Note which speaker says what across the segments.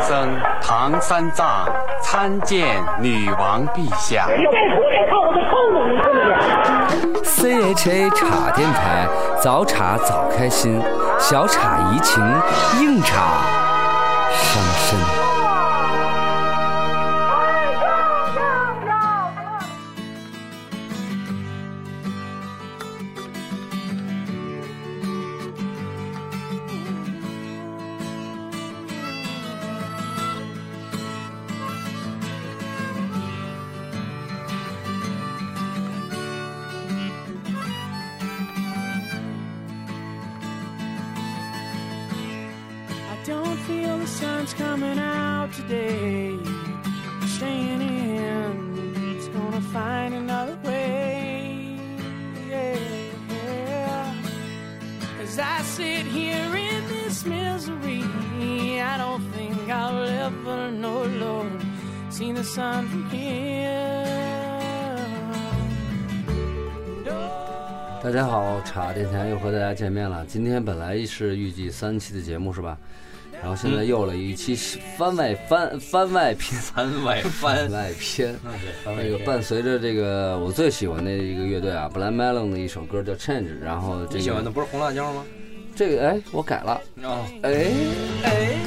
Speaker 1: 僧唐三藏参见女王陛下。
Speaker 2: CHA 茶电台，早茶早开心，小茶怡情，硬茶伤身。
Speaker 3: I don't feel the sun's coming out today. Staying in, it's gonna find another way. Yeah. As I sit here in this misery, I don't think I'll ever know, Lord, seen the sun from here. No.
Speaker 2: 大家好，茶电台又和大家见面了。今天本来是预计三期的节目是吧？然后现在又了一期番外番番外篇，
Speaker 4: 番外
Speaker 2: 番
Speaker 4: 翻，
Speaker 2: 外篇。哎
Speaker 4: 番
Speaker 2: 那个伴随着这个我最喜欢的一个乐队啊，Blind Melon 的一首歌叫《Change》，然后这
Speaker 4: 你
Speaker 2: 个
Speaker 4: 喜欢的不是红辣椒吗？
Speaker 2: 这个哎，我改了，
Speaker 4: 啊，
Speaker 2: 哎哎。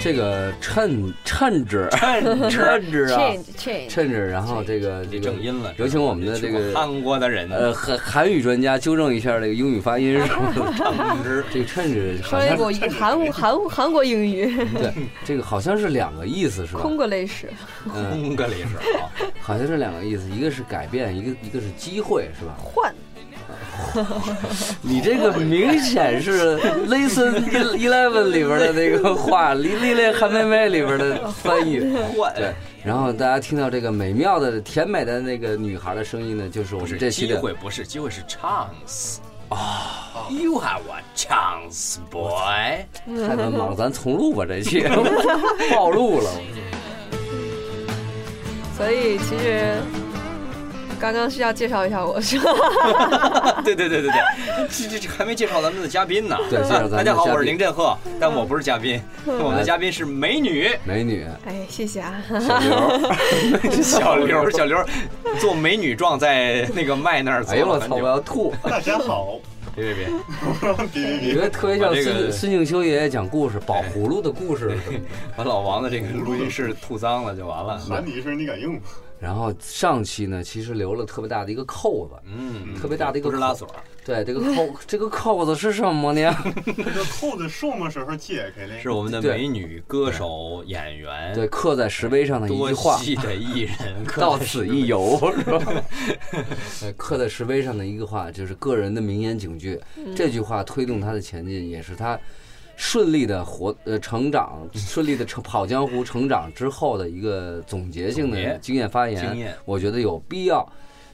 Speaker 2: 这个趁趁着趁趁着啊，
Speaker 5: change change，
Speaker 2: 趁着，然后这个这
Speaker 4: 你
Speaker 2: 个
Speaker 4: 正音了。
Speaker 2: 有请我们的这
Speaker 4: 去过
Speaker 2: 个
Speaker 4: 韩国的人，
Speaker 2: 呃韩韩语专家纠正一下这个英语发音是什 么？
Speaker 4: 唱之
Speaker 2: 这个趁着好
Speaker 5: 说一
Speaker 2: 像嗯
Speaker 5: 股韩国韩国韩国英语，
Speaker 2: 对，这个好像是两个意思是吧？
Speaker 5: 空过类似，
Speaker 2: 嗯，
Speaker 4: 空格里是啊，
Speaker 2: 好像是两个意思，一个是改变，一个一个是机会是吧？啊
Speaker 5: 换
Speaker 2: 你这个明显 是 Lesson Eleven 里边的那个话，《黎丽丽韩妹妹》里边的翻译。
Speaker 4: 换
Speaker 2: 对，然后大家听到这个美妙的、甜美的那个女孩的声音呢，就是我
Speaker 4: 不
Speaker 2: 们
Speaker 4: 是
Speaker 2: 这期
Speaker 4: 机
Speaker 2: 的。
Speaker 4: 会，不是机会，是 chance 啊。You have a chance, boy。
Speaker 2: 太文盲，咱重录吧这 期，暴露了。
Speaker 5: 所以其实刚刚是要介绍一下我是吧？
Speaker 4: 对对对对对，这这这还没介绍咱们的嘉宾呢。
Speaker 2: 对介绍咱们的
Speaker 4: 大家好，
Speaker 2: 嘉宾
Speaker 4: 我是林振赫，但我不是嘉宾，我们的嘉宾是美女
Speaker 2: 美女，
Speaker 5: 哎，谢谢啊，
Speaker 2: 小刘，
Speaker 4: 小刘，小刘做美女状在那个麦那儿走
Speaker 2: 哎呦我
Speaker 4: 了
Speaker 2: 操，
Speaker 4: 很
Speaker 2: 我
Speaker 4: 久。
Speaker 2: 要吐！
Speaker 6: 大家好，
Speaker 4: 别别别，
Speaker 2: 你觉得特别像
Speaker 4: 我这个
Speaker 2: 孙孙敬修爷爷讲故事，宝葫芦的故事 什么的。
Speaker 4: 把老王的这个录音室吐脏了就完了。
Speaker 6: 喊你一声你敢 应吗？
Speaker 2: 然后上期呢，其实留了特别大的一个扣子，
Speaker 4: 嗯，
Speaker 2: 特别大的一个
Speaker 4: 不是拉锁，
Speaker 2: 对，这个扣这个扣子是什 么呢？
Speaker 6: 这个扣子什么时候解开嘞？
Speaker 4: 是我们的
Speaker 2: 对
Speaker 4: 美女歌手、演员，
Speaker 2: 对，刻在石碑上的一
Speaker 4: 多
Speaker 2: 句话
Speaker 4: 系的艺 人，
Speaker 2: “到此一游”，是吧？对， 刻在石碑上的一个话就是个人的名言警句。
Speaker 5: 嗯
Speaker 2: 这句话推动他的前进，也是他顺利的活呃成长，顺利的成跑江湖成长之后的一个总结性
Speaker 4: 总
Speaker 2: 的
Speaker 4: 结
Speaker 2: 经验发言。
Speaker 4: 经验
Speaker 2: 我觉得有必要。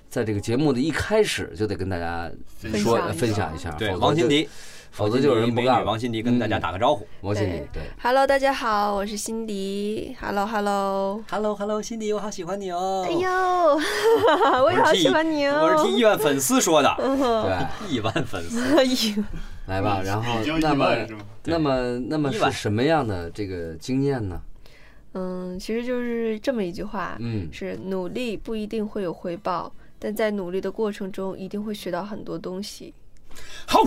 Speaker 2: 在这个节目的一开始就得跟大家
Speaker 5: 分
Speaker 2: 说
Speaker 5: 享一下
Speaker 2: 分享一下，
Speaker 4: 对
Speaker 2: 否则
Speaker 4: 王心
Speaker 2: 就
Speaker 4: 迪，
Speaker 2: 否则就有人不
Speaker 4: 美
Speaker 2: 干嗯
Speaker 4: 女
Speaker 2: 了。
Speaker 4: 王心迪跟大家打个招呼。
Speaker 2: 王心迪，对，
Speaker 5: Hello，大家好，我是辛迪，Hello Hello，
Speaker 4: Hello Hello，辛迪，我好喜欢你哦。
Speaker 5: 哎呦， 我也好喜欢你
Speaker 4: 我是听
Speaker 5: 哦，
Speaker 4: 亿万粉丝说的，
Speaker 5: 嗯
Speaker 2: 对，
Speaker 4: 亿万粉丝。
Speaker 5: 哎呦，
Speaker 2: 来吧，然后
Speaker 6: 已经一
Speaker 2: 那么
Speaker 6: 万是吗？
Speaker 2: 那么那么
Speaker 4: 一
Speaker 2: 是
Speaker 4: 晚
Speaker 2: 什么样的这个经验呢？
Speaker 5: 嗯，其实就是这么一句话，
Speaker 2: 嗯
Speaker 5: 是努力不一定会有回报，但在努力的过程中一定会学到很多东西。
Speaker 4: 好，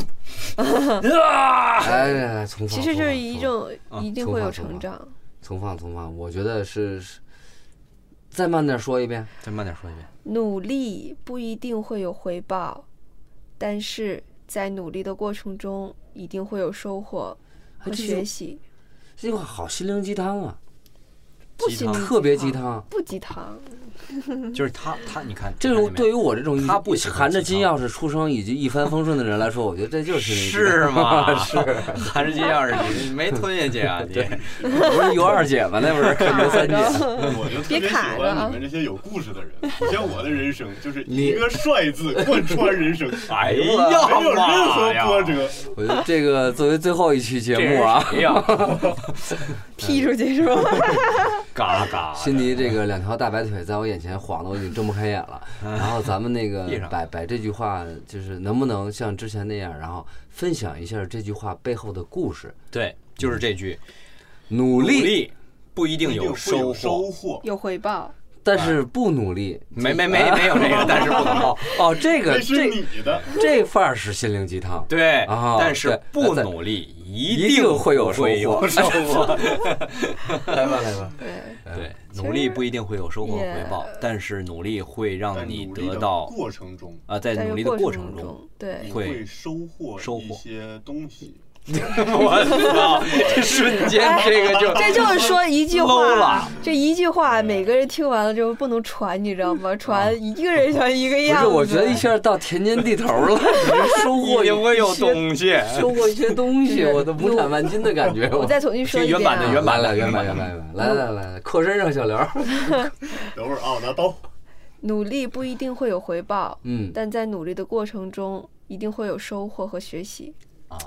Speaker 4: 啊，
Speaker 2: 哎呀，从放
Speaker 5: 其实就是一种
Speaker 4: 啊
Speaker 5: 一定
Speaker 2: 从
Speaker 5: 会
Speaker 2: 放
Speaker 5: 有
Speaker 2: 从
Speaker 5: 成
Speaker 2: 放
Speaker 5: 长。
Speaker 2: 从放从放，我觉得是是。再慢点说一遍，
Speaker 4: 再慢点说一遍。
Speaker 5: 努力不一定会有回报，但是在努力的过程中一定会有收获和
Speaker 2: 这是
Speaker 5: 学习。
Speaker 2: 这句话好心灵鸡汤啊，
Speaker 5: 不
Speaker 4: 鸡
Speaker 5: 行，
Speaker 4: 汤
Speaker 2: 特别鸡，汤。
Speaker 5: 不鸡汤。
Speaker 4: 就是他，他你看，
Speaker 2: 嗯这种对
Speaker 4: 于
Speaker 2: 于我这种一
Speaker 4: 啊他不喜欢
Speaker 2: 含着
Speaker 4: 鸡
Speaker 2: 金
Speaker 4: 汤
Speaker 2: 钥匙出生以及一帆风顺的人来说，我觉得这就是心灵鸡
Speaker 4: 是吗？
Speaker 2: 汤 是，
Speaker 4: 含着金钥匙，你没吞下去 啊？你
Speaker 2: 不是尤二姐吗？那不是跟尤 三姐？
Speaker 6: 我就特别喜欢你们这些有故事的人。
Speaker 4: 啊
Speaker 6: 你像我的人生，就是一个“帅”字贯穿人生，
Speaker 4: 哎呀
Speaker 6: 没有任何波折。
Speaker 2: 我觉得这啊 个作为最后一期节目啊，
Speaker 4: 哎呀，
Speaker 5: 踢出去是吧？
Speaker 4: 嘎嘎的，
Speaker 2: 辛迪这个两条大白腿在我眼前晃的我已经睁不开眼了。然后咱们那个
Speaker 4: 嗯 闭上
Speaker 2: 把把这句话，就是能不能像之前那样，然后分享一下这句话背后的故事？
Speaker 4: 对，就是这句，努
Speaker 2: 努力，
Speaker 4: 力不一定
Speaker 6: 一定
Speaker 4: 有
Speaker 6: 会有
Speaker 4: 收获。
Speaker 6: 收获。
Speaker 5: 有回报，
Speaker 2: 但是不努力，
Speaker 4: 没没没没有这个，但是不能报。
Speaker 2: 哦哦，这个
Speaker 6: 那是
Speaker 2: 这
Speaker 6: 你的，
Speaker 2: 这范儿是心灵鸡 汤，
Speaker 4: 对
Speaker 2: 啊，
Speaker 4: 但是
Speaker 2: 对
Speaker 4: 不
Speaker 2: 对
Speaker 4: 努力一
Speaker 2: 一定会有
Speaker 4: 不会
Speaker 2: 收获
Speaker 4: 有收获。
Speaker 2: 来吧来吧，
Speaker 5: 对，
Speaker 4: 对，努力不一定会有收获和回报，但是努力会让
Speaker 6: 在
Speaker 4: 你
Speaker 6: 努力
Speaker 4: 得
Speaker 6: 的
Speaker 4: 到
Speaker 6: 过程中，
Speaker 4: 啊，在
Speaker 5: 在
Speaker 4: 努力
Speaker 5: 这
Speaker 4: 的
Speaker 5: 个
Speaker 4: 过
Speaker 5: 过
Speaker 4: 程中，
Speaker 5: 中，对
Speaker 6: 你，
Speaker 4: 会
Speaker 6: 会收获
Speaker 4: 收
Speaker 6: 一
Speaker 4: 获
Speaker 6: 些东西。
Speaker 4: 我操，这瞬间这个就
Speaker 5: 这就是 说一句
Speaker 4: low
Speaker 5: 话
Speaker 4: 了，
Speaker 5: 这一句话每个人听完了之后不能传，你知道吗？传一个人传一个
Speaker 2: 不
Speaker 5: 样
Speaker 2: 是，
Speaker 5: 子。
Speaker 2: 我觉得一下到田间地头 了，你收获
Speaker 4: 一定会有
Speaker 2: 一些哎
Speaker 4: 东西。
Speaker 2: 收获一些东西，我都亩产万斤的感觉。嗯
Speaker 5: 我再重新说一
Speaker 4: 听
Speaker 5: 遍
Speaker 4: 原版的
Speaker 5: 啊
Speaker 4: 原版
Speaker 2: 来原版原版原版，来来来来，扩身上小刘，
Speaker 6: 等会儿啊，我拿刀。
Speaker 5: 努力不一定会有回报，
Speaker 2: 嗯，
Speaker 5: 但在努力的过程中一定会有收获和学习。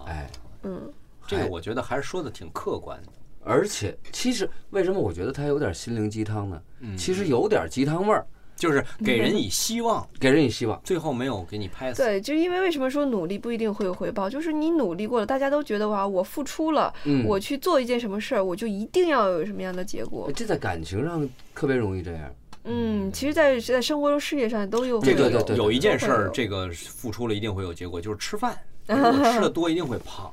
Speaker 2: 哎，
Speaker 5: 嗯，
Speaker 4: 啊这个我觉得还是说的挺客观的。
Speaker 2: 而且其实为什么我觉得它有点心灵鸡汤呢？
Speaker 4: 嗯
Speaker 2: 其实有点鸡汤味儿，
Speaker 4: 就是给人以希望，
Speaker 2: 给人以希望。
Speaker 4: 最后没有给你拍死。
Speaker 5: 对，就因为为什么说努力不一定会有回报，就是你努力过了，大家都觉得哇，我付出了，
Speaker 2: 嗯
Speaker 5: 我去做一件什么事儿，我就一定要有什么样的结果。
Speaker 2: 这在感情上特别容易这 样，
Speaker 5: 嗯，其实在，在生活中、事业上都有
Speaker 2: 对对
Speaker 5: 会有
Speaker 2: 对对
Speaker 4: 有一件事
Speaker 5: 会
Speaker 4: 儿，
Speaker 5: 有
Speaker 4: 这个付出了一定会有结果，就是吃饭。如果吃的多一定会 胖。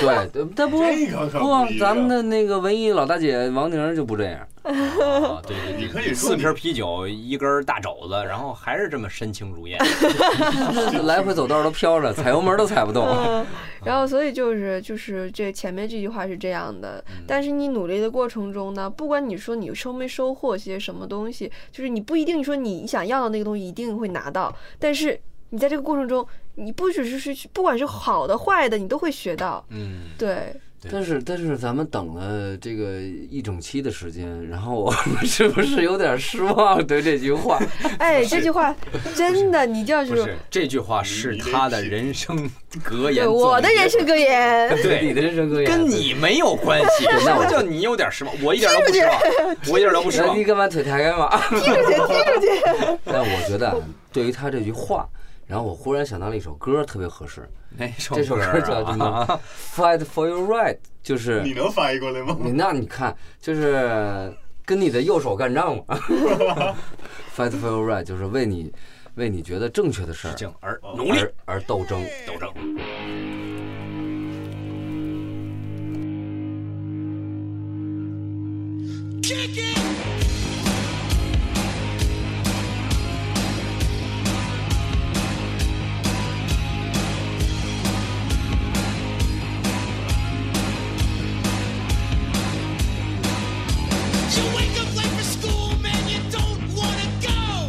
Speaker 2: 对，对但不
Speaker 4: 哎
Speaker 6: 这个可不
Speaker 2: 不，
Speaker 6: 一样
Speaker 2: 咱们的那个文艺老大姐王宁就不这 样，
Speaker 4: 啊，对对对，
Speaker 6: 你可以说
Speaker 4: 四
Speaker 6: 你
Speaker 4: 瓶啤酒，一根大肘子，然后还是这么深情 如燕。
Speaker 2: 就是来回走道都飘着，踩油门都踩不动。
Speaker 5: 嗯然后，所以就是就是这前面这句话是这样的，
Speaker 2: 嗯
Speaker 5: 但是你努力的过程中呢，不管你说你收没收获些什么东西，就是你不一定说你想要的那个东西一定会拿到，但是你在这个过程中，你不只是是不管是好的坏的，你都会学到。
Speaker 4: 嗯，
Speaker 5: 对，
Speaker 2: 但是但是咱们等了这个一整期的时间，然后我们是不是有点失望？对这句 话，
Speaker 5: 哎，这句话真的，你就要
Speaker 4: 不
Speaker 5: 是
Speaker 4: 是这句话是他的人生格言
Speaker 5: 对
Speaker 4: 总结。
Speaker 5: 我的人生格言，
Speaker 2: 你
Speaker 4: 对，
Speaker 2: 的人生格言
Speaker 4: 跟你没有关系。什么叫你有点失望？我一点都不失望， 我一点都不失
Speaker 2: 那
Speaker 4: 望
Speaker 2: 你。干嘛腿抬开嘛？
Speaker 5: 踢出去，踢出去。
Speaker 2: 但我觉得啊对于他这句话，然后我忽然想到了一首歌特别合适，
Speaker 4: 那哎首
Speaker 2: 这首
Speaker 4: 歌
Speaker 2: 歌叫什么
Speaker 4: 啊？
Speaker 2: ？Fight for your right，就是
Speaker 6: 你能翻译过来吗？
Speaker 2: 你那你看，就是跟你的右手干仗嘛。Fight for your right 就是为你为你觉得正确的事儿
Speaker 4: 敬而努力
Speaker 2: 而而斗争。
Speaker 4: 斗争。
Speaker 7: You wake up late for school, man, you don't wanna go.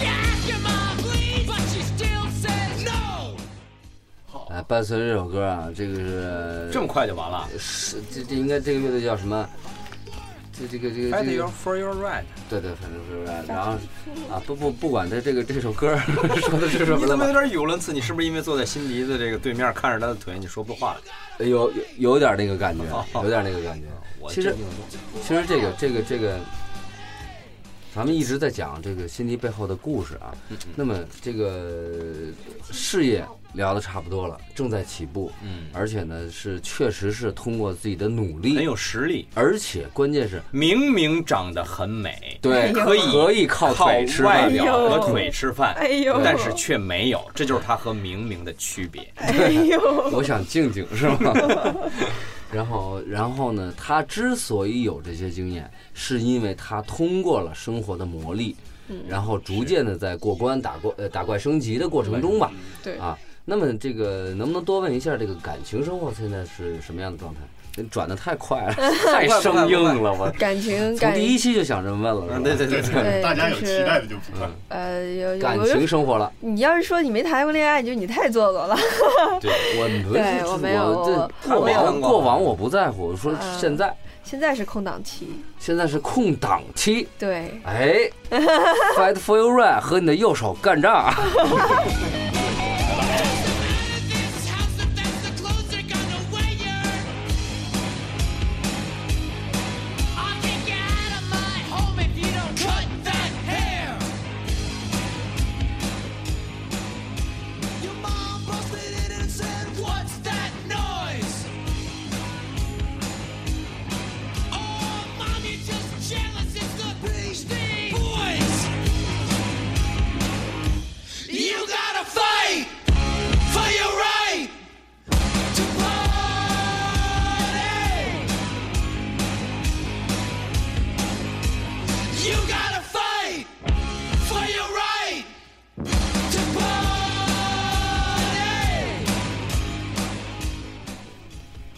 Speaker 7: You ask your mom, please, but she still says no.
Speaker 2: 哎，伴随这首歌啊，这个是
Speaker 4: 这么快就完了
Speaker 2: 是这这应该这个乐队叫什么？这这个这个
Speaker 4: ？Fight
Speaker 2: 这
Speaker 4: your
Speaker 2: 个
Speaker 4: for your right。
Speaker 2: 对对，反正是然后啊不不不管他这个这首歌 说的是什么
Speaker 4: 你
Speaker 2: 了
Speaker 4: 怎么有
Speaker 2: 吧？
Speaker 4: 点语无伦次？你是不是因为坐在辛迪的这个对面，看着他的腿，你说不出话来？
Speaker 2: 有有有点那个感觉，有点那个感觉。
Speaker 4: 哦我
Speaker 2: 其实
Speaker 4: 这
Speaker 2: 其实这个这个这个，咱们一直在讲这个辛迪背后的故事啊。
Speaker 4: 嗯
Speaker 2: 那么这个事业聊的差不多了，正在起步，
Speaker 4: 嗯哎
Speaker 2: 而且呢是确实是通过自己的努
Speaker 4: 很
Speaker 2: 力，
Speaker 4: 有实力，
Speaker 2: 而且关键是
Speaker 4: 明明长得很美，
Speaker 2: 对
Speaker 4: 可以
Speaker 2: 可以靠腿吃
Speaker 4: 外
Speaker 2: 饭。
Speaker 4: 表和腿吃饭，
Speaker 5: 哎呦
Speaker 4: 但是却没有，这就是他和明明的区别。
Speaker 5: 哎呦，
Speaker 2: 我想静静是吗？ 然后，然后呢？他之所以有这些经验，是因为他通过了生活的磨砺，
Speaker 5: 嗯
Speaker 2: 然后逐渐的在过关、打过呃打怪升级的过程中吧。
Speaker 5: 对
Speaker 2: 啊，那么这个能不能多问一下，这个感情生活现在是什么样的状态？这转的太快 了，太生硬了，我
Speaker 5: 感情
Speaker 2: 从
Speaker 5: 感
Speaker 2: 第一期就想这么问了。是 吧
Speaker 4: 嗯对对对对，
Speaker 5: 对
Speaker 6: 大家有
Speaker 5: 就
Speaker 6: 期
Speaker 5: 是
Speaker 6: 待的就不看。
Speaker 5: 呃有有
Speaker 2: 感
Speaker 5: 有
Speaker 2: 情生活了，
Speaker 5: 你要是说你没谈过恋爱，你就你太做作了。
Speaker 2: 我不
Speaker 5: 对
Speaker 2: 是
Speaker 5: 我没有嗯
Speaker 2: 我这过
Speaker 4: 我没
Speaker 2: 往
Speaker 4: 看过
Speaker 2: 过往我不在乎，我说现在
Speaker 5: 现在是空档期，
Speaker 2: 现在是空档期，
Speaker 5: 对，
Speaker 2: 哎，Fight for your right 和你的右手干仗，
Speaker 7: Out of this house, if that's the clothes they're gonna wear.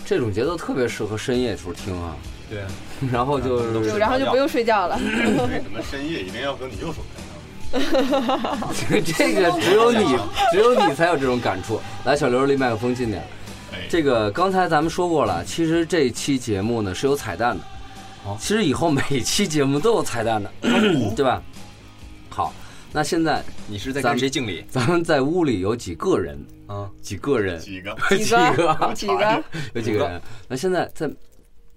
Speaker 2: 这种节奏特别适合深夜时候听啊。
Speaker 4: 对啊，
Speaker 2: 然后就
Speaker 5: 就然后就不用睡觉了。
Speaker 4: 嗯
Speaker 6: 为什么深夜一定要和你右手拍照？
Speaker 2: 这个只有你，只有你才有这种感触。来，小刘离麦克风近点。
Speaker 6: 哎，
Speaker 2: 这个刚才咱们说过了，其实这期节目呢是有彩蛋的。
Speaker 4: 哦
Speaker 2: 其实以后每期节目都有彩蛋的， 对吧？好，那现在
Speaker 4: 你是在
Speaker 2: 咱
Speaker 4: 跟
Speaker 2: 们
Speaker 4: 谁敬礼？
Speaker 2: 咱们在屋里有几个人？
Speaker 4: 啊，
Speaker 2: 几个人？
Speaker 6: 几个
Speaker 5: 几个？几个？
Speaker 2: 有几个人？那现在在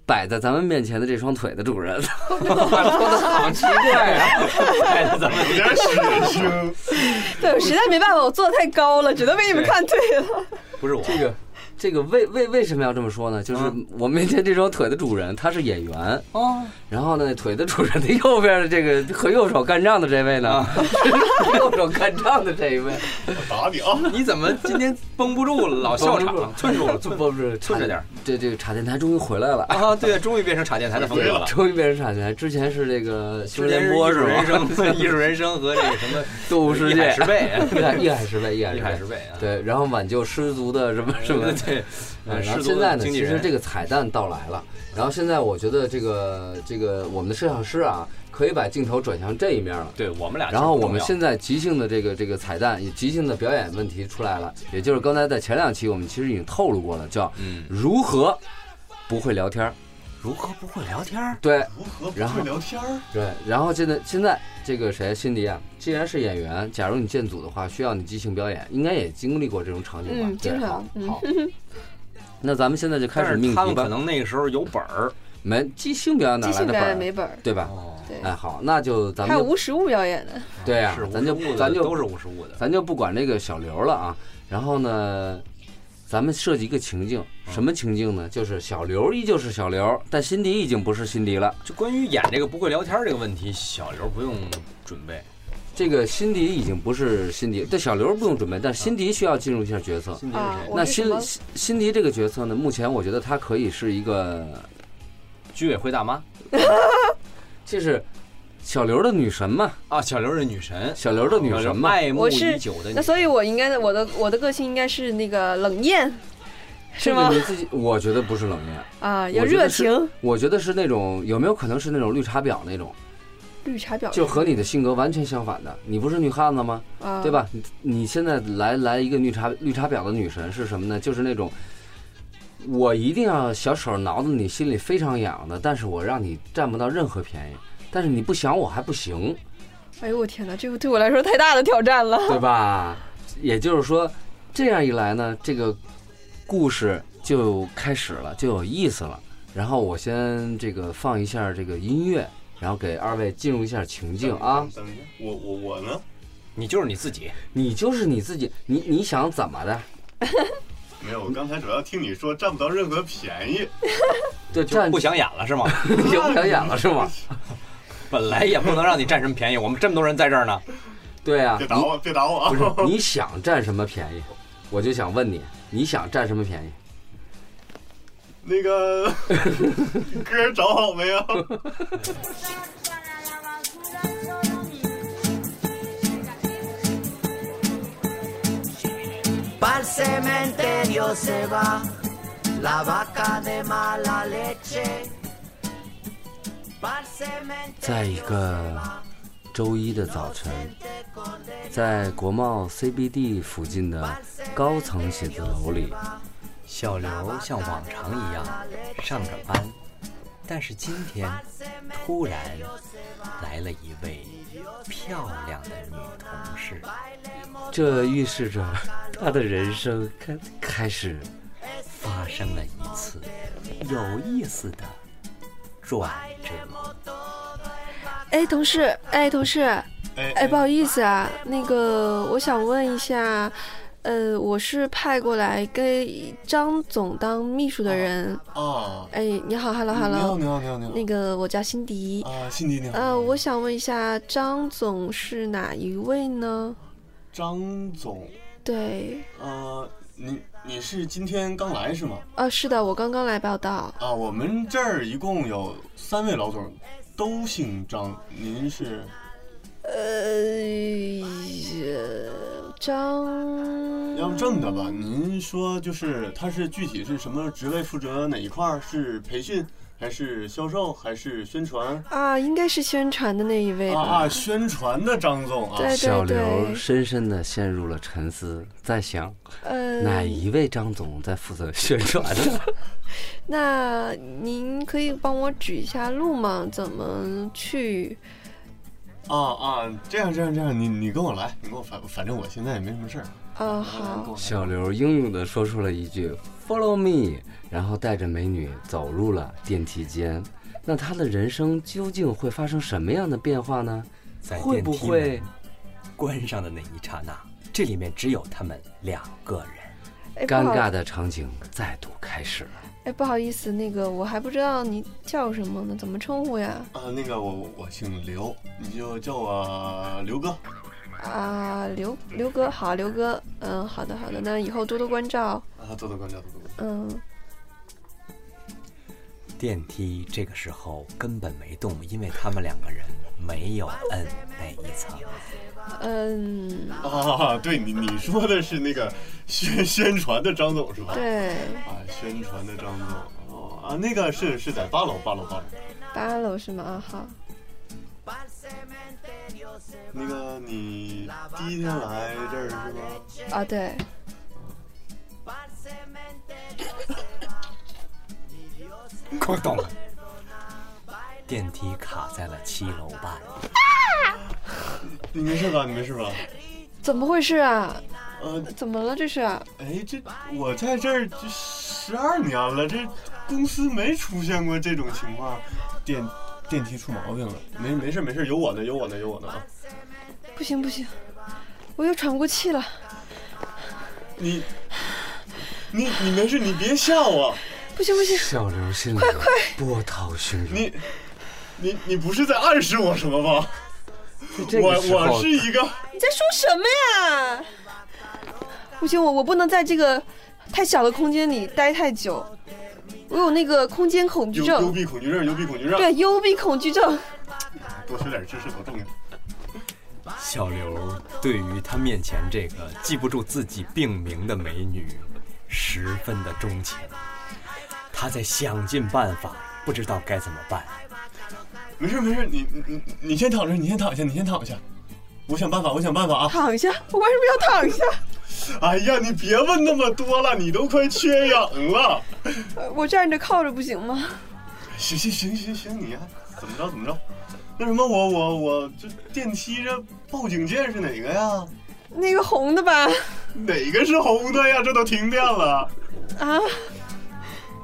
Speaker 2: 摆在咱们面前的这双腿的主 人，
Speaker 4: 好奇怪啊！哎，咱们
Speaker 6: 有点血腥。
Speaker 5: 对，我实在没办法，我坐得太高了，只能被你们看对了。
Speaker 4: 不是我，
Speaker 2: 这个这个为为为什么要这么说呢？就是我面前这双腿的主人，他是演员哦。然后呢，腿的主人的右边的这个和右手干仗的这位呢，是 右手干仗的这一位，
Speaker 6: 我打你啊！
Speaker 4: 你怎么今天绷不住了？老哦笑场，寸住了，寸
Speaker 2: 不不是
Speaker 4: 寸着点儿。
Speaker 2: 这这个茶电台终于回来了，
Speaker 4: 啊！对，终于变成茶电台的风格 了。
Speaker 2: 终于变成茶电台。之前是这个新闻联播
Speaker 4: 播
Speaker 2: 是
Speaker 4: 人
Speaker 2: 吧？
Speaker 4: 生、 艺术人生和这个什么
Speaker 2: 动物世
Speaker 4: 一
Speaker 2: 界
Speaker 4: 海十 倍，
Speaker 2: 一海一海十倍，一海
Speaker 4: 一
Speaker 2: 十
Speaker 4: 海
Speaker 2: 倍
Speaker 4: 十。倍啊！
Speaker 2: 对，然后挽救失足的什么什么，
Speaker 4: 对，
Speaker 2: 呃
Speaker 4: 呃
Speaker 2: 然后
Speaker 4: 失
Speaker 2: 现
Speaker 4: 踪
Speaker 2: 在
Speaker 4: 的
Speaker 2: 呢，
Speaker 4: 经纪
Speaker 2: 其实
Speaker 4: 人
Speaker 2: 这个彩蛋到来了。然后现在我觉得这个这个我们的摄像师啊，可以把镜头转向这一面了。
Speaker 4: 对我们俩。
Speaker 2: 然后我们现在即兴的这个这个彩蛋，也即兴的表演问题出来了，也就是刚才在前两期我们其实已经透露过了，叫
Speaker 4: 嗯
Speaker 2: 如何不会聊天儿。
Speaker 4: 如何不会聊天儿？
Speaker 2: 对
Speaker 6: 如何不
Speaker 2: 然后
Speaker 6: 会聊天儿？
Speaker 2: 对，然后现在现在这个谁，辛迪啊，既然是演员，假如你建组的话，需要你即兴表演，应该也经历过这种场景吧？
Speaker 5: 嗯经
Speaker 2: 对
Speaker 5: 常
Speaker 2: 好
Speaker 5: 嗯
Speaker 2: 好， 那咱们现在就开
Speaker 4: 但
Speaker 2: 始
Speaker 4: 是
Speaker 2: 命
Speaker 4: 他
Speaker 2: 题
Speaker 4: 们可
Speaker 2: 吧。
Speaker 4: 能那个时候有本儿，
Speaker 2: 没即兴表演哪
Speaker 5: 即
Speaker 2: 来
Speaker 5: 兴
Speaker 2: 的
Speaker 5: 表
Speaker 2: 本
Speaker 5: 演没
Speaker 2: 儿？
Speaker 5: 本儿，
Speaker 2: 对
Speaker 4: 哦
Speaker 2: 吧？
Speaker 5: 对
Speaker 2: 哎，好，那就咱
Speaker 5: 还
Speaker 2: 们
Speaker 5: 有
Speaker 2: 就
Speaker 5: 无实物表演的。
Speaker 2: 对呀
Speaker 4: 是，无
Speaker 2: 咱
Speaker 4: 实
Speaker 2: 就
Speaker 4: 物的
Speaker 2: 咱就
Speaker 4: 都是无实物的。
Speaker 2: 咱就不管这个小刘了啊。然后呢，咱们设计一个情境，
Speaker 4: 嗯
Speaker 2: 什么情境呢？就是小刘依旧是小刘，但辛迪已经不是辛迪了。
Speaker 4: 就关于演这个不会聊天儿这个问题，小刘不用准备，
Speaker 2: 这个辛迪已经不是辛迪，这小刘不用准备，但辛迪需要进入一下角色。
Speaker 4: 辛迪
Speaker 5: 啊
Speaker 4: 是
Speaker 5: 我
Speaker 2: 那
Speaker 5: 是什
Speaker 2: 辛
Speaker 5: 么
Speaker 2: 辛辛迪这个角色呢，目前我觉得他可以是一个，
Speaker 4: 谁？居委会大妈
Speaker 2: 就是小刘的女神嘛，
Speaker 4: 啊，小刘是女神，
Speaker 2: 小刘的女
Speaker 4: 小
Speaker 2: 神
Speaker 4: 刘
Speaker 2: 嘛。
Speaker 4: 爱慕
Speaker 5: 我是
Speaker 4: 已久的
Speaker 5: 那
Speaker 4: 女神。
Speaker 5: 所以，我应该我的我的个性应该是那个冷艳，是吗
Speaker 2: 这个？你自己，我觉得不是冷艳，
Speaker 5: 啊，要
Speaker 2: 我觉
Speaker 5: 热
Speaker 2: 得是
Speaker 5: 情，
Speaker 2: 我觉得是那种有没有可能是那种绿茶婊那种，
Speaker 5: 绿茶婊
Speaker 2: 就和你的性格完全相反的。你不是女汉子吗？
Speaker 5: 啊，
Speaker 2: 对？吧？你你现在来来一个绿茶绿茶婊的女神是什么呢？就是那种。我一定要小手挠得你心里非常痒的，但是我让你占不到任何便宜，但是你不想我还不行，
Speaker 5: 哎呦我天哪，这个对我来说太大的挑战了。
Speaker 2: 对吧？也就是说，这样一来呢，这个故事就开始了，就有意思了。然后我先这个放一下这个音乐，然后给二位进入一下情境啊。
Speaker 6: 等一下，我我我呢？
Speaker 4: 你就是你自己，
Speaker 2: 你就是你自己，你你想怎么的？
Speaker 6: 没有，我刚才主要听你说占不到任何便宜，
Speaker 2: 对，
Speaker 4: 就
Speaker 2: 站
Speaker 4: 不想演了是 吗？
Speaker 2: 已 经不想演了是吗？
Speaker 4: 本来也不能让你占什么便宜，我们这么多人在这儿呢。
Speaker 2: 对啊，
Speaker 6: 别
Speaker 2: 你
Speaker 6: 打我，别打我啊！
Speaker 2: 不是你 想占什么便宜，我就想问你，你想占什么便宜？
Speaker 6: 那个歌找好没有？
Speaker 8: Pa'l cementerio se va la vaca de mala leche. Pa'l cementerio
Speaker 2: 在一个周一的早晨，在国贸 CBD 附近的高层写字楼里，
Speaker 4: 小刘像往常一样上着班，但是今天突然来了一位漂亮的女同事。
Speaker 2: 这预示着他的人生开开始。
Speaker 4: 发生了一次有意思的转折。
Speaker 5: 哎，同事，哎，同事，
Speaker 6: 哎
Speaker 5: 哎，不好意思啊，那个我想问一下，呃，我是派过来给张总当秘书的人。
Speaker 6: 啊，
Speaker 5: 哎，你好，hello
Speaker 6: 你好，
Speaker 5: hello，
Speaker 6: 你好，你好，你
Speaker 5: 那个我叫辛迪
Speaker 6: 好。。啊，辛迪你好。
Speaker 5: 呃，我想问一下，张总是哪一位呢？
Speaker 6: 张总，
Speaker 5: 对，
Speaker 6: 呃，你你是今天刚来是吗？
Speaker 5: 哦，是的，我刚刚来报道。
Speaker 6: 啊，我们这儿一共有三位老总，都姓张，您是？
Speaker 5: 呃，张
Speaker 6: 要正的吧？您说就是他是具体是什么职位，负责哪一块儿？是培训还是销售还是宣传？
Speaker 5: 啊，应该是宣传的那一位
Speaker 6: 啊
Speaker 5: 吧？
Speaker 6: 啊，宣传的张总啊，
Speaker 5: 哎对
Speaker 2: 小
Speaker 5: 对
Speaker 2: 刘
Speaker 5: 对，
Speaker 2: 深深的陷入了沉思，在想
Speaker 5: 呃，
Speaker 2: 哪一位张总在负责宣传呢？
Speaker 5: 那您可以帮我指一下路吗？怎么去？
Speaker 6: 啊啊，这样这样这样，你你跟我来，你跟我反反正我现在也没什么事儿，
Speaker 5: 啊，
Speaker 6: 你跟
Speaker 5: 好，
Speaker 6: 我来
Speaker 2: 小刘英勇的说出了一句 “Follow me”，然后带着美女走入了电梯间。那他的人生究竟会发生什么样的变化呢？
Speaker 4: 在
Speaker 2: 会
Speaker 4: 电
Speaker 2: 不
Speaker 4: 梯
Speaker 2: 会
Speaker 5: 哎
Speaker 4: 门关上的那一刹那，这里面只有他们两个人。
Speaker 5: 哎，不
Speaker 2: 尴
Speaker 5: 好，
Speaker 2: 尬的场景再度开始了？
Speaker 5: 哎，不好意思，那个我还不知道你叫什么呢，怎么称呼呀？
Speaker 6: 啊，那个我我姓刘，你就叫我刘哥。
Speaker 5: 啊，刘刘哥，好，刘哥，嗯，好的好的，那以后多多关照，
Speaker 6: 啊，多多关照，多多关照。
Speaker 5: 嗯，
Speaker 4: 电梯这个时候根本没动，因为他们两个人没有摁那一层。
Speaker 5: 嗯，
Speaker 6: 啊，对你你说的是那个宣宣传的张总是吧？。
Speaker 5: 对，
Speaker 6: 啊，宣传的张总。哦啊，那个是是在八楼，八楼，八楼。
Speaker 5: 八楼是吗？啊，好，
Speaker 6: 那个你第一天来这儿是吧？
Speaker 5: 啊，对，
Speaker 4: 空洞。电梯卡在了七楼半，
Speaker 6: 你没事吧？你没事吧？
Speaker 5: 怎么回事啊？
Speaker 6: 呃，
Speaker 5: 怎么了这是？
Speaker 6: 哎，这我在这儿这十二年了，这公司没出现过这种情况，电电梯出毛病了。没没事没事，有我呢，有我呢，有我呢啊！
Speaker 5: 不行不行，我又喘不过气了，
Speaker 6: 你你你没事，你别啊吓我。
Speaker 5: 不行不行，
Speaker 2: 小刘心里波涛汹涌。
Speaker 6: 你你你不是在暗示我什么吧？
Speaker 2: 这
Speaker 6: 我
Speaker 2: 个时
Speaker 6: 我
Speaker 2: 候
Speaker 6: 是一个
Speaker 5: 你在说什么呀？不行，我我不能在这个太小的空间里待太久，我有那个空间恐惧
Speaker 6: 幽幽
Speaker 5: 症，
Speaker 6: 闭恐惧症，幽闭恐惧症，
Speaker 5: 对，幽闭恐惧症。
Speaker 6: 多学点知识多重要。
Speaker 4: 小刘对于他面前这个记不住自己病名的美女，十分的钟情。他在想尽办法，不知道该怎么办。
Speaker 6: 没事没事，你你你你先躺着，你先躺下，你先躺下。我想办法，我想办法啊！
Speaker 5: 躺下，我为什么要躺下？
Speaker 6: 哎呀，你别问那么多了，你都快缺氧了。
Speaker 5: 呃我站着靠着不行吗？
Speaker 6: 行行行行行，你呀、啊怎么着怎么着？那什么，我我我这电梯这报警键是哪个呀？
Speaker 5: 那个红的吧，
Speaker 6: 哪个是红的呀？这都停电了。
Speaker 5: 啊，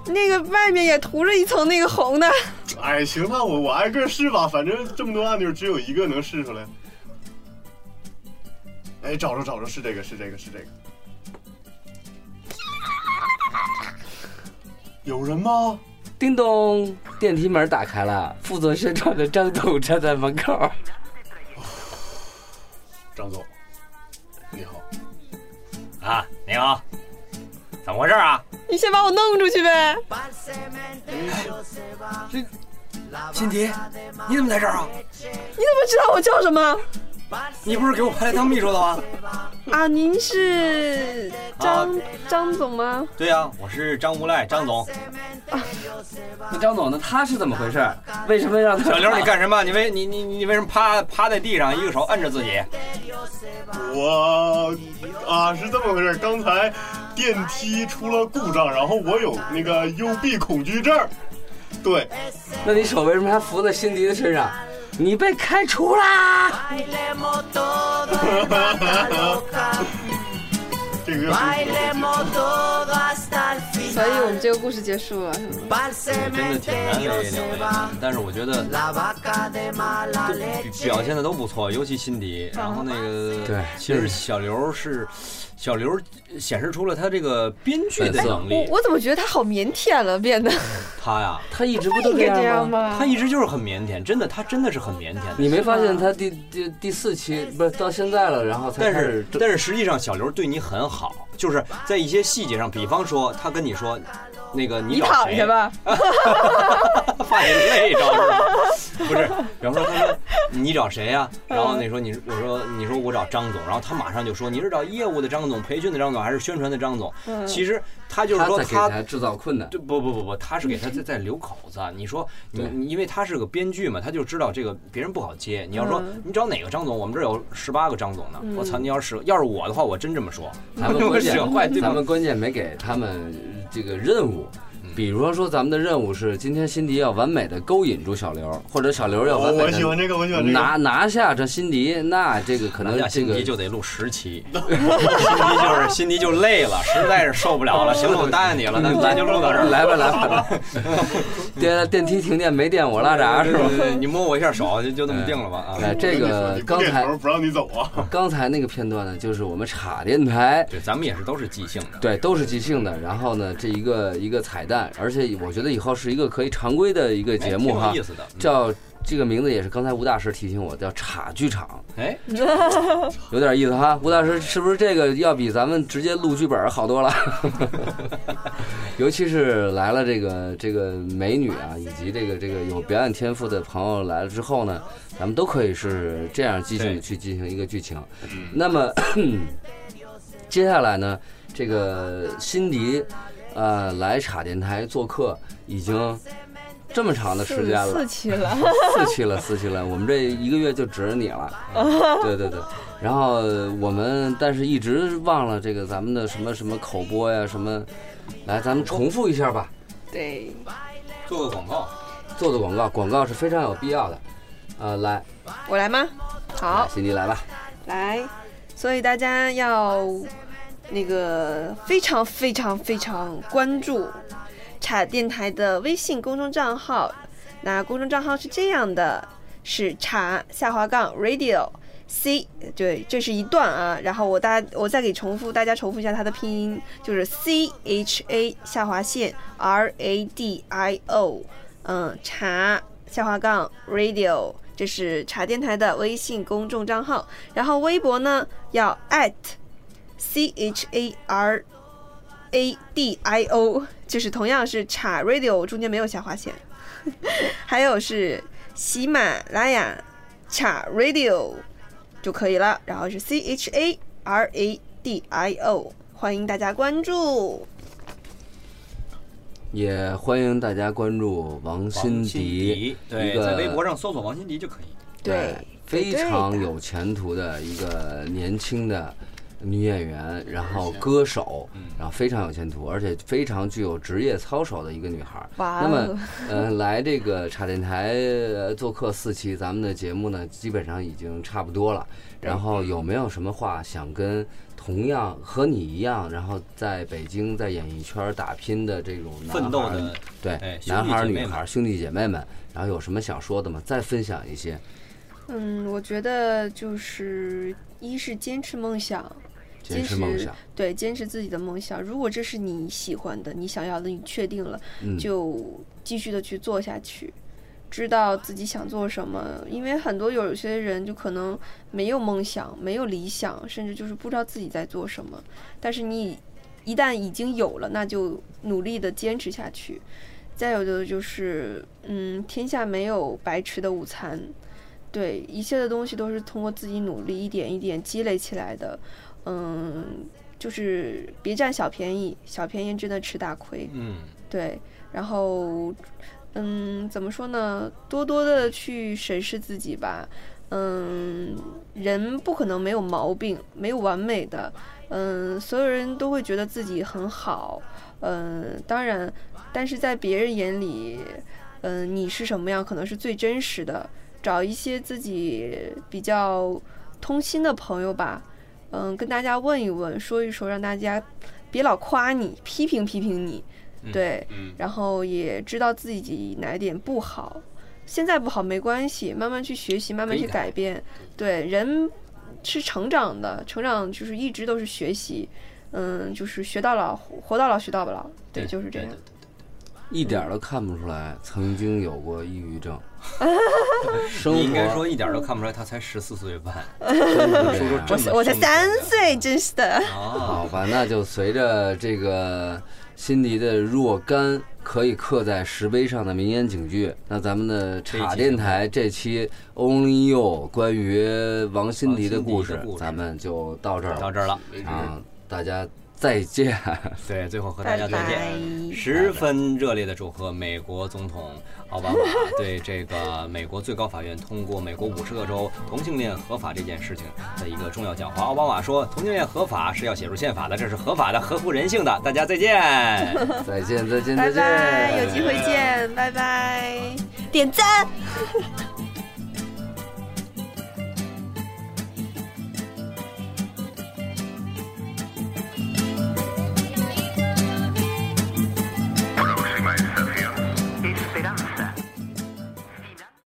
Speaker 5: 那个外面也涂着一层那个红的。
Speaker 6: 哎，行，那我我挨个试吧，反正这么多按钮只有一个能试出来。哎，找着找着，是这个是这个是这个。有人吗？
Speaker 2: 叮咚，电梯门打开了，负责宣传的张总站在门口。
Speaker 6: 张总，你好。
Speaker 4: 啊，你好，怎么回事啊？
Speaker 5: 你先把我弄出去呗！
Speaker 4: 辛迪，你怎么在这儿啊？
Speaker 5: 你怎么知道我叫什么？
Speaker 4: 你不是给我派来当秘书的吗？
Speaker 5: 啊，您是张张总吗？
Speaker 4: 对呀、我是张无赖，张总。
Speaker 2: 那张总呢？他是怎么回事？为什么让他
Speaker 4: 小刘，你干什么？你为你你你为什么趴趴在地上，一个手摁着自己？
Speaker 6: 我啊，是这么回事儿。刚才电梯出了故障，然后我有那个幽闭恐惧症。对，
Speaker 2: 那你手为什么还扶在辛迪的身上？你被开除啦！
Speaker 8: Bailemos todo hasta loca,
Speaker 6: 这个
Speaker 8: bailemos todo hasta el
Speaker 5: 所以我们
Speaker 8: final.
Speaker 5: 这个故事结束了，是吗？
Speaker 8: Pa'l
Speaker 4: 真的挺难为
Speaker 8: cementerio
Speaker 4: 两
Speaker 8: se
Speaker 4: 位
Speaker 8: va
Speaker 4: 的，但是我觉得
Speaker 8: la vaca de mala
Speaker 4: 都
Speaker 8: leche.
Speaker 4: 表现的都不错，尤其辛迪。然后那个，
Speaker 2: 对
Speaker 4: 其实小刘是小刘显示出了他这个编剧的能
Speaker 5: 我
Speaker 4: 力。
Speaker 5: 我怎么觉得他好腼腆了，变得
Speaker 4: 他呀，
Speaker 2: 他一直不都
Speaker 5: 应该这
Speaker 2: 样
Speaker 5: 样
Speaker 2: 吗？
Speaker 5: 吧
Speaker 4: 他？一直就是很腼腆，真的，他真的是很腼腆的。
Speaker 2: 你没发现他第第第四期不是到现在了，然后才
Speaker 4: 但
Speaker 2: 开
Speaker 4: 是
Speaker 2: 始
Speaker 4: 但是实际上，小刘对你很好，就是在一些细节上，比方说他跟你说，那个你
Speaker 5: 你
Speaker 4: 找
Speaker 5: 躺
Speaker 4: 谁
Speaker 5: 下，吧，
Speaker 4: 怕你累着 是吧？不是，比方说他说你找谁呀、然后那说你我说你说我找张总，然后他马上就说你是找业务的张总、培训的张总还是宣传的张总？
Speaker 5: 嗯
Speaker 4: 其实他就是
Speaker 2: 他
Speaker 4: 说
Speaker 2: 在给
Speaker 4: 他
Speaker 2: 他制造困难。
Speaker 4: 这不不不不，他是给他在在留口子。啊你说你你，因为他是个编剧嘛，他就知道这个别人不好接。你要说
Speaker 5: 嗯
Speaker 4: 你找哪个张总，我们这儿有十八个张总呢。我
Speaker 2: 嗯
Speaker 4: 操，你要是要是我的话，我真这么 说，
Speaker 2: 咱们
Speaker 4: 我
Speaker 2: 关
Speaker 4: 使坏
Speaker 2: 键，
Speaker 4: 对
Speaker 2: 咱
Speaker 4: 方
Speaker 2: 们关键没给他们这个任务。比如说，咱们的任务是今天辛迪要完美的勾引住小刘，或者小刘要
Speaker 6: 我
Speaker 2: 完美
Speaker 6: 我喜欢
Speaker 2: 的
Speaker 6: 这个，我喜欢这个。
Speaker 2: 拿拿下这辛迪，那这个可
Speaker 4: 拿
Speaker 2: 能
Speaker 4: 下
Speaker 2: 这
Speaker 4: 辛
Speaker 2: 个
Speaker 4: 迪就得录十 期，辛迪就是辛迪就累了，实在是受不了了。行了，我答应你了，咱
Speaker 2: 嗯
Speaker 4: 们今天就录到这儿。
Speaker 2: 来吧来吧来吧，电电梯停电没电我拉闸是吧？
Speaker 4: 对？对对你摸我一下手，就就这么定了吧啊！
Speaker 2: 哎，这个刚
Speaker 6: 这头
Speaker 2: 才
Speaker 6: 儿不让你走啊！
Speaker 2: 刚才那个片段呢，就是我们插电台。
Speaker 4: 对，咱们也是都是即兴的。
Speaker 2: 对，都是即兴的。然后呢，这一个一个彩蛋，而且我觉得以后是一个可以常规的一个节目
Speaker 4: 哎
Speaker 2: 哈
Speaker 4: 挺有意，思的。
Speaker 2: 叫这个名字也是刚才吴大师提醒我，叫“岔剧场
Speaker 4: 哎，”，
Speaker 2: 有点意思哈。吴大师是不是这个要比咱们直接录剧本儿好多了？ 尤其是来了这个这个美女啊，以及这个这个有表演天赋的朋友来了之后呢，咱们都可以是这样即兴
Speaker 4: 对
Speaker 2: 地去进行一个剧情。那么 接下来呢，这个辛迪呃来茶电台做客已经这么长的时
Speaker 5: 四
Speaker 2: 间了
Speaker 5: 四，期了，
Speaker 2: 四期了，四期了，我们这一个月就指着你了。对对对，然后我们但是一直忘了这个咱们的什么什么口播呀，什么，来咱们重复一下吧，
Speaker 5: 对，
Speaker 4: 做个广告。
Speaker 2: 做做广告，广告是非常有必要的。呃，来，
Speaker 5: 我来吗？好
Speaker 2: 来，辛迪来吧，
Speaker 5: 来，所以大家要那个非常非常非常关注茶电台的微信公众账号。那公众账号是这样的，是茶下滑杠 radio c，对，这是一段啊。然后我大家我再给重复，大家重复一下它的拼音，就是 c h a 下划线 r a d i o，嗯，茶下滑杠 radio。这是茶电台的微信公众账号，然后微博呢要 at c h a r a d i o，就是同样是茶 radio 中间没有下划线， 还有是喜马拉雅茶 radio 就可以了，然后是 c h a r a d i o，欢迎大家关注。
Speaker 2: 也欢迎大家关注王辛
Speaker 4: 王辛
Speaker 2: 迪，一
Speaker 4: 对，
Speaker 2: 个
Speaker 4: 在微博上搜索王辛迪就可以。
Speaker 5: 对，
Speaker 2: 非
Speaker 5: 对
Speaker 2: 常
Speaker 5: 的
Speaker 2: 有前途的一个年轻的女演员，然后歌手，
Speaker 4: 嗯
Speaker 2: 然后非常有前途，而且非常具有职业操守的一个女孩儿。
Speaker 5: 哇
Speaker 2: 那
Speaker 5: 哦
Speaker 2: 么，呃，来这个茶电台呃做客四期，咱们的节目呢，基本上已经差不多了。然后有没有什么话想跟同样和你一样，然后在北京在演艺圈打拼的这种男
Speaker 4: 奋斗的
Speaker 2: 孩儿对
Speaker 4: 哎
Speaker 2: 男孩儿、
Speaker 4: 兄弟姐妹
Speaker 2: 女
Speaker 4: 们
Speaker 2: 孩儿、兄弟姐妹们，然后有什么想说的吗？再分享一些。
Speaker 5: 嗯，我觉得就是一是坚持梦想，
Speaker 2: 坚持梦想，
Speaker 5: 对，坚持自己的梦想。如果这是你喜欢的、你想要的，你确定了，
Speaker 2: 嗯
Speaker 5: 就继续的去做下去，知道自己想做什么。因为很多有些人就可能没有梦想、没有理想，甚至就是不知道自己在做什么。但是你一旦已经有了，那就努力的坚持下去。再有的就是，嗯，天下没有白吃的午餐。对，一切的东西都是通过自己努力一点一点积累起来的。嗯，就是别占小便宜，小便宜真的吃大亏。
Speaker 4: 嗯，
Speaker 5: 对，然后，嗯，怎么说呢？多多的去审视自己吧。嗯，人不可能没有毛病，没有完美的。嗯，所有人都会觉得自己很好。嗯，当然，但是在别人眼里，嗯，你是什么样，可能是最真实的。找一些自己比较通心的朋友吧，嗯，跟大家问一问，说一说，让大家别老夸你，批评批评你，
Speaker 4: 嗯
Speaker 5: 对，然后也知道自己哪一点不好，现在不好没关系，慢慢去学习，慢慢
Speaker 4: 可以
Speaker 5: 去
Speaker 4: 改
Speaker 5: 改变，对，人是成长的，成长就是一直都是学习，嗯，就是学到老，活到老，学到老，对，就是这样
Speaker 4: 对。
Speaker 2: 一点儿都看不出来曾经有过抑郁症，生活
Speaker 4: 你应该说一点都看不出来，他才十四岁 半
Speaker 2: 真是这样
Speaker 4: 这么
Speaker 5: 我才
Speaker 4: 生
Speaker 5: 三
Speaker 4: 动的
Speaker 5: 岁，真是的。
Speaker 4: 啊
Speaker 2: 好！吧，那就随着这个辛迪的若干可以刻在石碑上的名言警句，那咱们的茶电台这期 Only You 关于王辛迪的故
Speaker 4: 王辛迪
Speaker 2: 事
Speaker 4: 的故，事
Speaker 2: 咱们就到这儿
Speaker 4: 到这儿了，
Speaker 2: 儿啊，大家再见。
Speaker 4: 对，最后和大家再
Speaker 5: 拜拜
Speaker 4: 见，十分热烈的祝贺美国总统奥 巴马对这个呃美国最高法院通过美国五十个州同性恋合法这件事情的一个重要讲话。奥巴马说，同性恋合法是要写入宪法的，这是合法的，合乎人性的。大家再见。
Speaker 2: 再见，再见，
Speaker 5: 拜
Speaker 2: 再见，
Speaker 5: 拜，有机会见，拜拜，点赞。